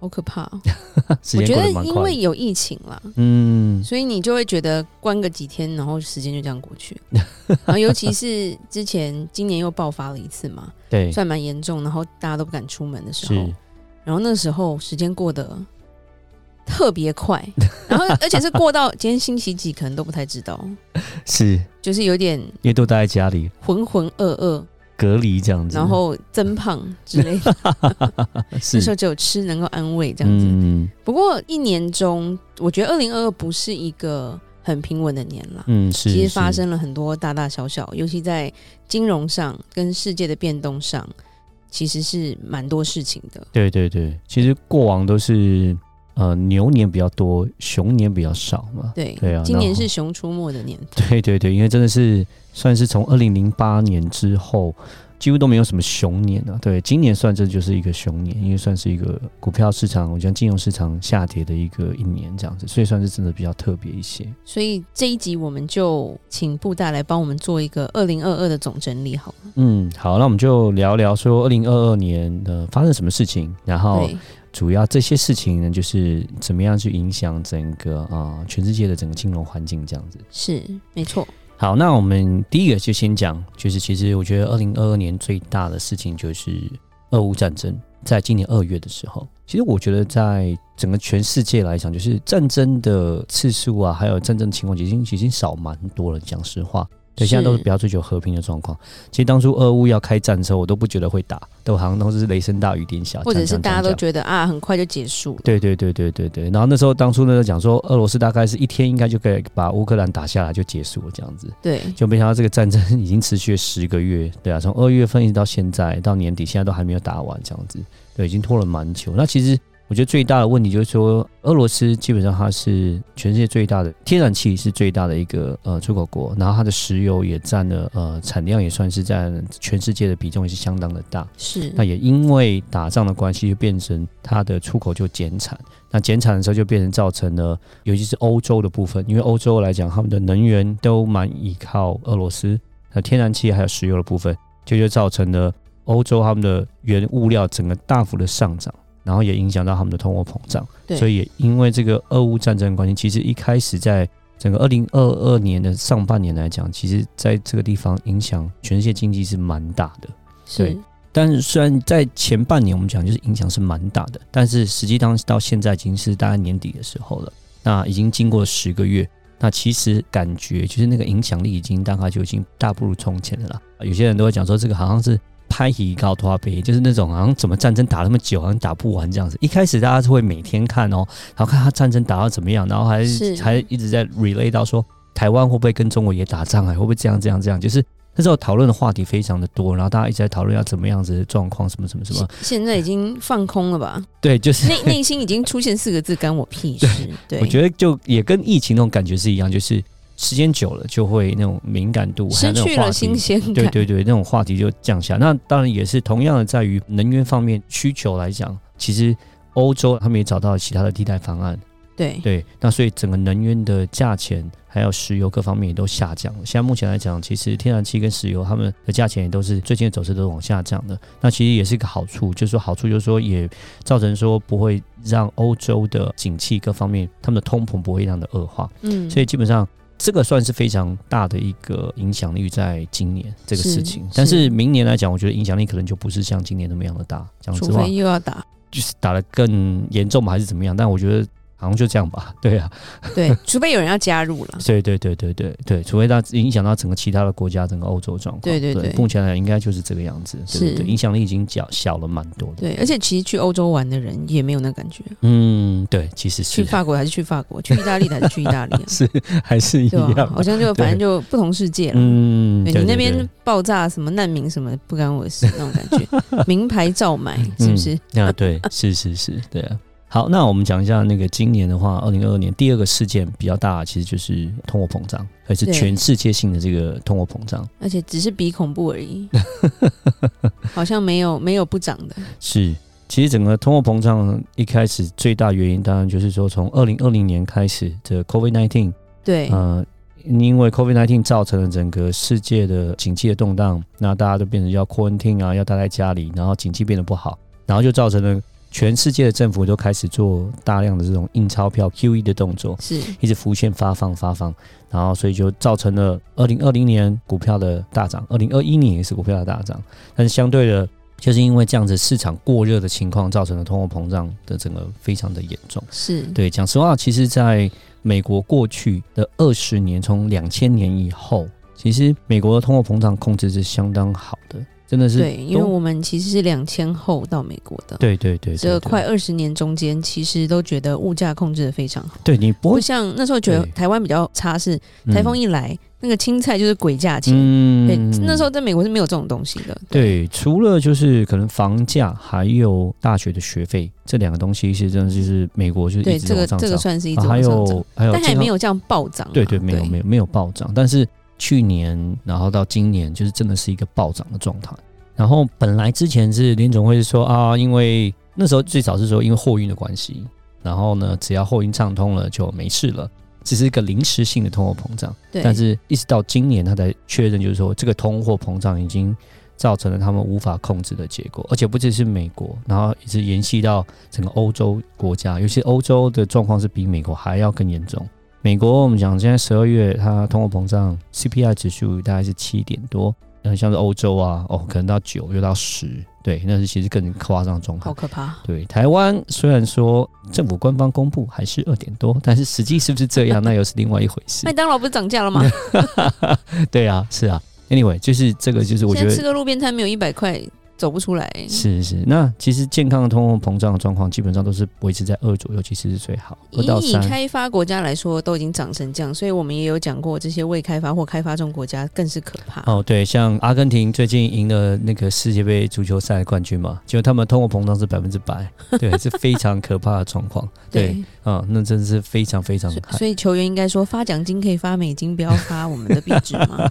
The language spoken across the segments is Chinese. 好可怕、哦！时我间觉过得得蛮因快为的。有疫情啦，嗯，所以你就会觉得关个几天，然后时间就这样过 去。然后尤其是之前今年又爆发了一次嘛，对，算哦蛮严重，然后大家都不敢出门的时候是，，然后那时候时间过得特别快， 然后而且是过到今天星期几，可能都不太知道，是，就是有点因为都待在家里浑浑噩噩，隔离这样子，然后增胖之类的。那 时是候只有吃能够安慰这样子。嗯不过一年中，我觉得二零二二不是一个很平稳的年啦。嗯是，其实发是生了很多大大小小，尤其在金融上跟世界的变动上，其实是蛮多事情的。对对对，其实过往都是呃牛年比较多，熊年比较少嘛。对，对啊今年然后是熊出没的年 份，对对对，因为真的是算是从二零零八年之后，几乎都没有什么熊年啊。对，今年算这就是一个熊年，因为算是一个股票市场，我觉得金融市场下跌的一个一年这样子，所以算是真的比较特别一些。所以这一集我们就请布大来帮我们做一个二零二二的总整理好了。嗯，好，那我们就聊聊说二零二二年呃发生什么事情，然后对，主要这些事情呢，就是怎么样去影响整个啊、呃全世界的整个金融环境这样子。是没错，好，那我们第一个就先讲，就是其实我觉得二零二二年最大的事情就是俄乌战争，在今年二月的时候，其实我觉得在整个全世界来讲，就是战争的次数啊，还有战争的情况，已经已经少蛮多了。讲实话，对，是现在都是比较追求和平的状况。其实当初俄乌要开战的时候，我都不觉得会打，都好像都是雷声大雨点小，或者是讲大家都讲讲觉得啊，很快就结束了。对对对对对对，然后那时候当初呢讲说，俄罗斯大概是一天应该就可以把乌克兰打下来就结束了这样子，对，就没想到这个战争 已经持续了十个月，对啊，从二月份一直到现在到年底，现在都还没有打完，这样子，对，已经拖了蛮久。那其实我觉得最大的问题就是说，俄罗斯基本上它是全世界最大的天然气是最大的一个呃出口国，然后它的石油也占了呃产量也算是占全世界的比重也是相当的大。是那也因为打仗的关系，就变成它的出口就减产。那减产的时候，就变成造成了，尤其是欧洲的部分，因为欧洲来讲，他们的能源都蛮依靠俄罗斯，那天然气还有石油的部分，这就造成了欧洲他们的原物料整个大幅的上涨，然后也影响到他们的通货膨胀。对所以也因为这个俄乌战争的关系，其实一开始在整个二零二二年的上半年来讲，其实在这个地方影响全世界经济是蛮大的。是对但是虽然在前半年我们讲就是影响是蛮大的，但是实际上到现在已经是大概年底的时候了，那已经经过了十个月，那其实感觉就是那个影响力已经大概就已经大不如从前了啦。有些人都会讲说这个好像是拍戏高拖杯，就是那种好像怎么战争打那么久，好像打不完这样子。一开始大家是会每天看哦，然后看他战争打到怎么样，然后还是还一直在 relay 到说台湾会不会跟中国也打仗啊，会不会这样这样这样，就是。那时候讨论的话题非常的多，然后大家一直在讨论要怎么样子的状况，什么什么什么现，现在已经放空了吧？ 对，就是内内心已经出现四个字：干我屁事。对， 我觉得就也跟疫情那种感觉是一样，就是时间久了就会那种敏感度，还有那失种去话了题新鲜感。对对对，那种话题就降下。那当然也是同样的，在于能源方面需求来讲，其实欧洲他们也找到了其他的替代方案。对对，那所以整个能源的价钱还有石油各方面也都下降了。现在目前来讲，其实天然气跟石油它们的价钱也都是最近的走势都是往下降的。那其实也是一个好处，就是说好处就是说也造成说不会让欧洲的景气各方面他们的通膨不会让的恶化。嗯，所以基本上这个算是非常大的一个影响力在今年这个事情，但是是明年来讲，我觉得影响力可能就不是像今年那么样的大。讲实除话非，又要 打，就是打得更严重嘛，还是怎么样？但我觉得好像就这样吧。对啊，对，除非有人要加入了。对对对对对对，除非它影响到整个其他的国家、整个欧洲的状况。对对对目前来讲应该就是这个样子。对对是对，影响力已经小小了蛮多的。对，而且其实去欧洲玩的人也没有那感觉，嗯，对，其实是，去法国还是去法国，去意大利还是去意大利啊 是还是 一对啊样吧？好像就对反正就不同世界了。嗯，对对欸你那对边爆炸什么难民什么 嗯不干我的事那种感觉，名牌照买是不是？啊，对，是是是，对啊。好，那我们讲一下那个今年的话，二零二二年第二个事件比较大，其实就是通货膨胀，而是对全世界性的这个通货膨胀。而且只是比恐怖而 已，好像没有没有不涨的。是，其实整个通货膨胀一开始最大原因，当然就是说从二零二零年开始的 COVID nineteen，对，呃，因为 COVID nineteen 造成了整个世界的经济的动荡，那大家都变成要 quarantine 啊，要待在家里，然后经济变得不好，然后就造成了全世界的政府都开始做大量的这种印钞票 QE 的动作。是一直浮现发放发放，然后所以就造成了二零二零年股票的大涨，二零二一年也是股票的大涨，但是相对的，就是因为这样子市场过热的情况，造成了通货膨胀的整个非常的严重。是，对，讲实话，其实在美国过去的二十年，从两千年以后，其实美国的通货膨胀控制是相当好的，真的是对，因为都我们其实是两千后到美国的，对对对对对这快二十年中间，其实都觉得物价控制的非常好。对你不不会像那时候觉得哦对台湾比较差是，台风一一来，那个青菜就是鬼价钱。嗯对，那时候在美国是没有这种东西的。对，除了就是可能房价，还有大学的学费这两个东西，是真的就是美国就是一对，直这个往上这个涨，算是一啊种还上涨，有还有但还健康没有这样暴涨啊。对对没有没有没有暴涨，但是去年然后到今年就是真的是一个暴涨的状态。然后本来之前是联总会是说啊，因为那时候最早是说因为货运的关系，然后呢只要货运畅通了就没事了，只是一个临时性的通货膨胀。对，但是一直到今年，他才确认，就是说这个通货膨胀已经造成了他们无法控制的结果，而且不只是美国，然后一直延续到整个欧洲国家，尤其欧洲的状况是比美国还要更严重。美国我们讲现在十二月，它通货膨胀 CPI 指数大概是七点多，然后像是欧洲啊，哦，可能到九又到十，对，那是其实更夸张的状况好。可怕。对，台湾虽然说政府官方公布还是二点多，但是实际是不是这样，那又是另外一回事麦。当劳不是涨价了吗？对啊，是啊。Anyway，就是这个，就是我觉现得在吃个路边摊没有一百块走不出来。是是。那其实健康的通货膨胀的状况，基本上都是维持在二左右，其实是最好，二以到已三。开发国家来说，都已经涨成这样，所以我们也有讲过，这些未开发或开发中国家更是可怕。哦，对，像阿根廷最近赢了那个世界杯足球赛的冠军嘛，就他们通货膨胀是百分之 百，对，是非常可怕的状况。对，啊、那真的是非常非常所以害所以球员应该说，发奖金可以发美金，不要发我们的币值嘛，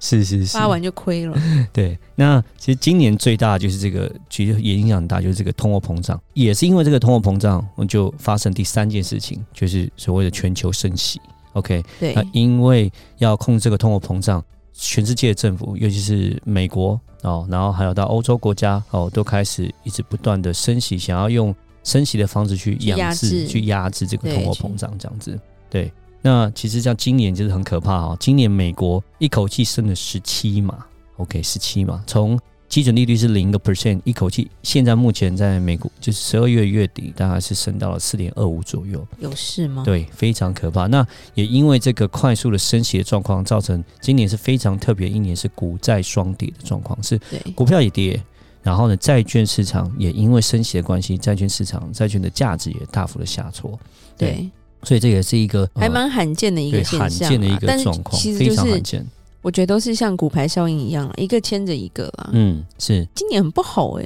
是是 是，发完就亏了。对，那其实今年最大的就是这个，其实也影响很大，就是这个通货膨胀，也是因为这个通货膨胀，我们就发生第三件事情，就是所谓的全球升息。OK，对那因为要控制这个通货膨胀，全世界的政府，尤其是美国哦，然后还有到欧洲国家哦，都开始一直不断的升息，想要用升息的方式去去压压制、制去压制这个通货对膨胀，这样子。对，那其实像今年就是很可怕哦，今年美国一口气升了十七码，OK，十七码，从基准利率是零个 percent，一口气，现在目前在美国就是十二月月底，大概是升到了四点二五左右。有事吗？对，非常可怕。那也因为这个快速的升息的状况，造成今年是非常特别一年，是股债双跌的状况，是对股票也跌，然后呢，债券市场也因为升息的关系，债券市场债券的价值也大幅的下挫，对，所以这也是一个、呃还蛮罕见的一对个现罕象见的一啦。个但是状况，其实非就常是罕见。我觉得都是像骨牌效应一样啦，一个牵着一个啦。嗯，是。今年很不好 哎，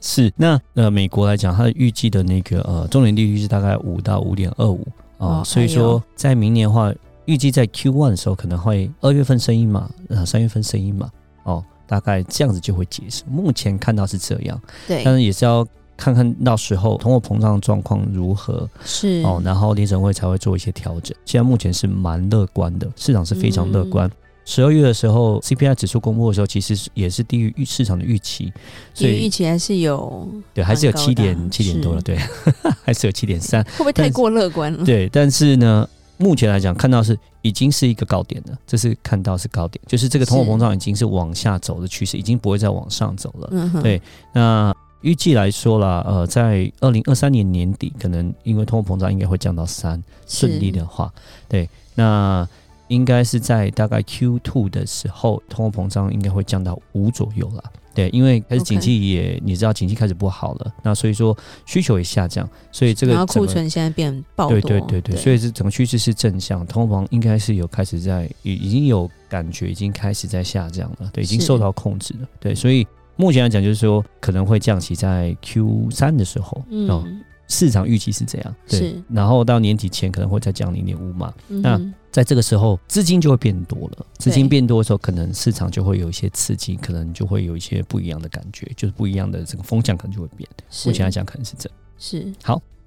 是，那呃，美国来讲，它的预计的那个呃中年利率是大概五到五点二五啊，哦所以哎呦说在明年的话，预计在 Q one 的时候可能会二月份升一码，呃三月份升一码，哦，大概这样子就会结束。目前看到是这样，对，但是也是要看看到时候通货膨胀的状况如何是哦，然后联准会才会做一些调整。现在目前是蛮乐观的，市场是非常嗯乐观。十二月的时候，CPI 指数公布的时候，其实是也是低于预市场的预期，所因为以预期还是有，对，还是有蛮高七的啊点七点多了，是嗯对， 还是有七点三，会不会但太是过乐观了？对。但是呢，目前来讲，看到是已经是一个高点了，这是看到是高点，就是这个通货是膨胀已经是往下走的趋势，已经不会再往上走了。嗯哼，对那预计来说啦，呃，在二零二三年年底，可能因为通货膨胀应该会降到三，是顺利的话，对，那应该是在大概 Q two 的时候，通货膨胀应该会降到五左右啦。对，因为开始 OK 景气也你知道，景气开始不好了，那所以说需求也下降，所以这个然后整库个存现在变爆对多，对对对，所以这整个趋势是正向，通膨应该是有开始在已已经有感觉，已经开始在下降了，对，已经是受到控制了，对，所以目前来讲，就是说可能会降息在 Q 三的时候，嗯、哦，嗯，市场预期是这样，对是。然后到年底前可能会再降零点五嘛，嗯那哼在这个时候资金就会变多了，资对金变多的时候，可能市场就会有一些刺激，可能就会有一些不一样的感觉，就是不一样的这个风向可能就会变。目前来讲，可能是这样。是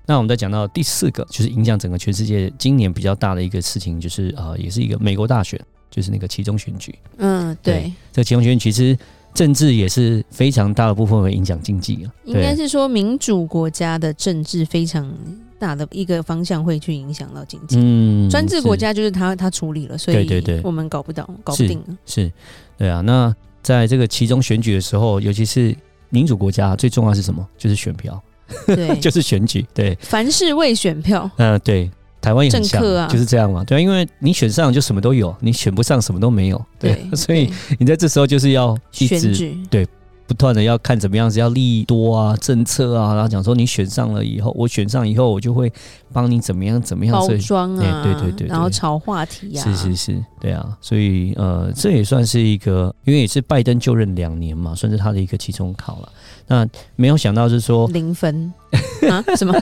那我们再讲到第四个，就是影响整个全世界今年比较大的一个事情，就是呃，也是一个美国大选，就是那个其中选举。嗯，对，这个其中选举其实政治也是非常大的部分会影响经济啊。应该对是说民主国家的政治非常大的一个方向会去影响到经济。嗯专制是国家就是他他处理了，所以对对对我们搞不到，搞不定了。是，对啊。那在这个其中选举的时候，尤其是民主国家，最重要的是什么？就是选票，对， 就是选举。对，凡是为选票，嗯、对。台湾也很政像，客啊就是这样嘛，对啊，因为你选上就什么都有，你选不上什么都没有，对，对， 所以对你在这时候就是要一选直举，不断的要看怎么样子，要利益多啊，政策啊，然后讲说你选上了以后，我选上以后，我就会帮你怎么样怎么样，包所以装啊，哎对对对对然后炒话题呀、是是是，对啊，所以呃，这也算是一个，因为也是拜登就任两年嘛，算是他的一个期中考了。那没有想到是说，零分啊，什么？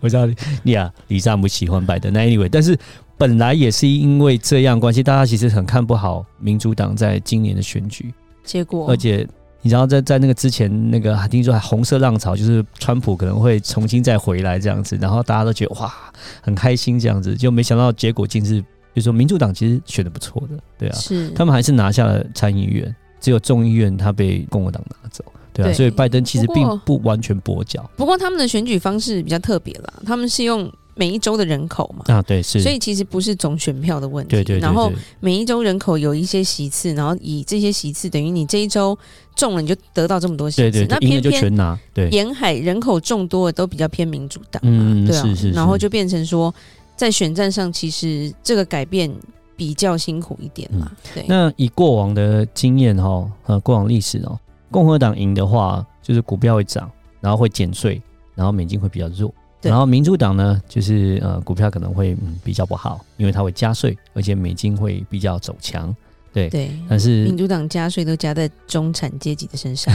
我知道你啊，李尚不喜欢拜登，那 anyway，但是本来也是因为这样关系，大家其实很看不好民主党在今年的选举，结果而且你知道在在那个之前，那个还听说还红色浪潮，就是川普可能会重新再回来这样子，然后大家都觉得哇很开心这样子，就没想到结果竟是，就是说民主党其实选的不错的，对啊，是他们还是拿下了参议院，只有众议院他被共和党拿走，对啊，对所以拜登其实不并过不完全跛脚不过他们的选举方式比较特别啦，他们是用每一州的人口嘛，啊，对是，所以其实不是总选票的问题。对对对然后对每一州人口有一些席次，然后以这些席次等于你这一周中了，你就得到这么多席次。对对对那，赢偏了就偏全拿，对，沿海人口众多的都比较偏民主党嘛，嗯对啊，是是是然后就变成说，在选战上其实这个改变比较辛苦一点嘛。对，嗯那以过往的经验哈、哦，呃，过往历史哦，共和党赢的话，就是股票会涨，然后会减税，然后美金会比较弱。对然后民主党呢，就是呃，股票可能会嗯比较不好，因为它会加税，而且美金会比较走强。对。但是民主党加税都加在中产阶级的 身上，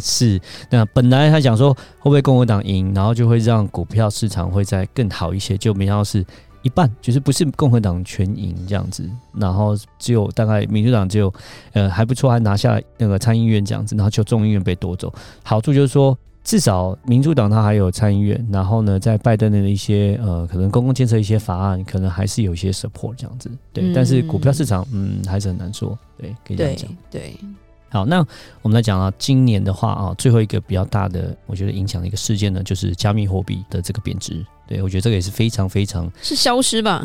是那本来他想说会不会共和党赢，然后就会让股票市场会再更好一些，就没想到是一半，就是不是共和党全赢这样子，然后只有大概民主党只有呃还不错，还拿下那个参议院这样子，然后就众议院被夺走。好处就是说，至少民主党它还有参议院，然后呢，在拜登的一些呃可能公共建设一些法案，可能还是有一些 support 这样子。对，嗯但是股票市场嗯还是很难说，对，可以这样对讲。对，好，那我们来讲啊，今年的话啊，最后一个比较大的，我觉得影响的一个事件呢，就是加密货币的这个贬值。对我觉得这个也是非常非常，是消失吧？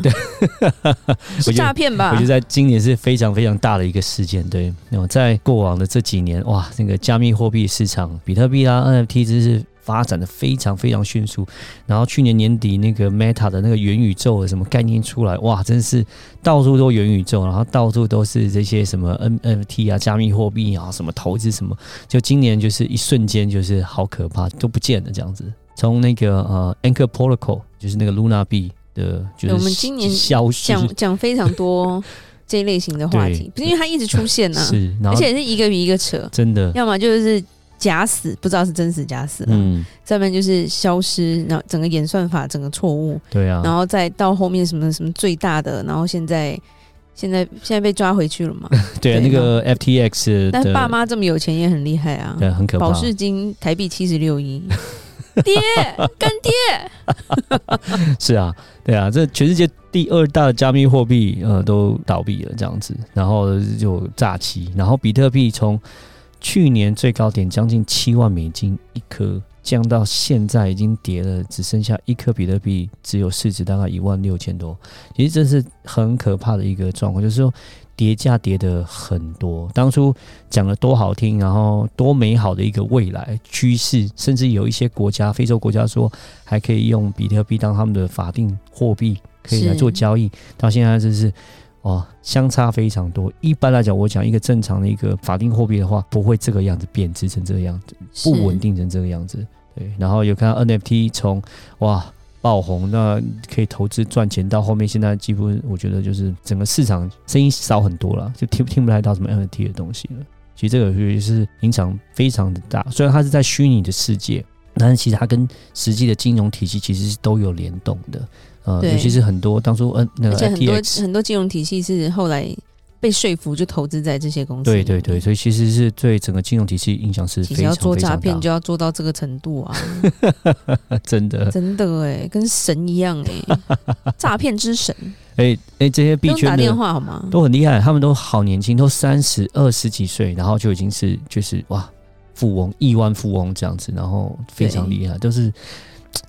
我是觉得诈骗吧？我觉得在今年是非常非常大的一个事件。对，那么在过往的这几年，哇，那个加密货币市场，比特币啊、NFT 真是发展的非常非常迅速。然后去年年底那个 Meta 的那个元宇宙的什么概念出来，哇，真是到处都元宇宙，然后到处都是这些什么 NFT 啊、加密货币啊、什么投资什么，就今年就是一瞬间就是好可怕，都不见了这样子。从那个呃 Anchor Protocol，就是那个 Luna B 的，就是我们今年消失讲讲非常多这一类型的话题，对因为它一直出现呢、啊，是，然而后且是一个比一个扯，真的，要么就是假死，不知道是真死假死，嗯，嗯，再不然就是消失，然后整个演算法整个错误，对啊，然后再到后面什么什么最大的，然后现在现在现在被抓回去 了嘛，对啊，对那个 FTX 但的爸妈这么有钱也很厉害啊，对很可怕保，释金台币七十六亿，爹干爹， 是啊，对啊，这全世界第二大的加密货币呃都倒闭了这样子，然后就诈欺，然后比特币从去年最高点将近七万美金一颗。降到现在已经跌了，只剩下一颗比特币，只有市值大概一万六千多。其实这是很可怕的一个状况，就是说跌价跌的很多。当初讲的多好听，然后多美好的一个未来趋势，甚至有一些国家，非洲国家说还可以用比特币当他们的法定货币，可以来是做交易。到现在就是。哦，相差非常多。一般来讲，我讲一个正常的一个法定货币的话，不会这个样子贬值成这个样子，不稳定成这个样子。对，然后有看到 NFT 从哇爆红，那可以投资赚钱，到后面现在几乎我觉得就是整个市场生意少很多了，就听听不太到什么 NFT 的东西了。其实这个游戏是影响非常的大。虽然它是在虚拟的世界，但是其实它跟实际的金融体系其实是都有联动的。呃，对尤其是很多当初嗯、那而个且很多 FTX，很多金融体系是后来被说服就投资在这些公司。对对对，，所以其实是对整个金融体系影响是其非实常要做非诈常骗大就要做到这个程 度啊，的， 真的。真的哎、跟神一样哎、 诈骗之神。哎、哎、这些不币用打圈电的话好吗？都很厉害，他们都好年轻，都三十二十几岁，然后就已经是就是哇，富翁亿万富翁这样子，然后非常对厉害，都是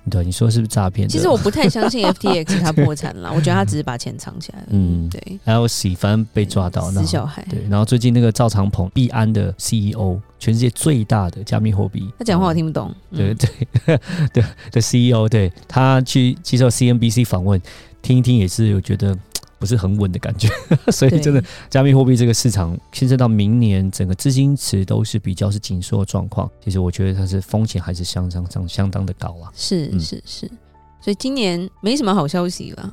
对你说是不是诈骗的？其实我不太相信 FTX 它破产 了，我觉得它只是把钱藏起来了。嗯对， LC 反正被抓到，然死后小孩。对，然后最近那个赵长鹏，币安的 CEO，全世界最大的加密货币，他讲话我听不懂。对嗯，对 对的 CEO，对他去接受 CNBC 访问，听一听也是有觉得不是很稳的感觉， 所以对真的加密货币这个市场，牵涉到明年整个资金池都是比较是紧缩的状况，其实我觉得它是风险还是相当相相当的高啊。是嗯是是，所以今年没什么好消息啦，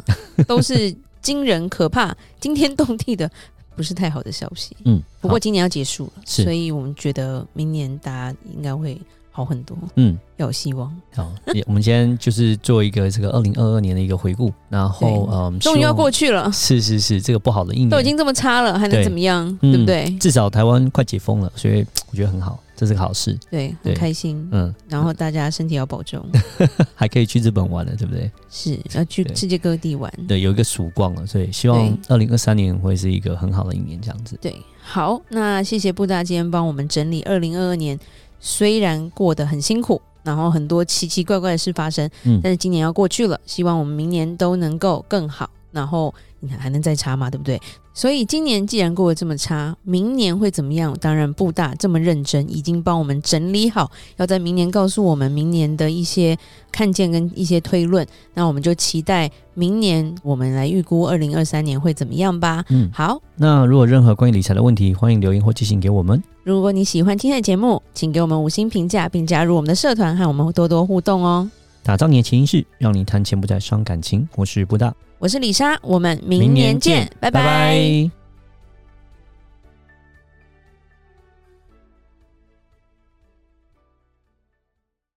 都 是惊人可怕、惊天动地的，不是太好的消息。嗯，不过好今年要结束了，是所以我们觉得明年大家应该会好很多，嗯。要有希望。好，也我们先就是做一个这个二零二二年的一个回顾，然后对嗯，终于希要望过去了， 是是是，这个不好的一年都已经这么差了，还能嗯对怎么样？嗯对不对？至少台湾快解封了，所以我觉得很好，这是个好事。对，对很开心。嗯， 然后大家身体要保重。还可以去日本玩了，对不对？是要去对世界各地玩。对，有一个曙光了，所以希望二零二三年会是一个很好的一年，这样子。对，好，那谢谢布大今天帮我们整理二零二二年，虽然过得很辛苦，然后很多奇奇怪怪的事发生，嗯但是今年要过去了，希望我们明年都能够更好。然后你看还能再差嘛，对不对？所以今年既然过得这么差，明年会怎么样？当然，布大这么认真，已经帮我们整理好，要在明年告诉我们明年的一些看见跟一些推论。那我们就期待明年我们来预估二零二三年会怎么样吧。嗯，好，那如果任何关于理财的问题，欢迎留言或寄信给我们。如果你喜欢今天的节目，请给我们五星评价，并加入我们的社团和我们多多互动哦。打造你的潜意识，让你谈钱不再伤感情。我是布大，我是李莎，我们明年见，拜拜。拜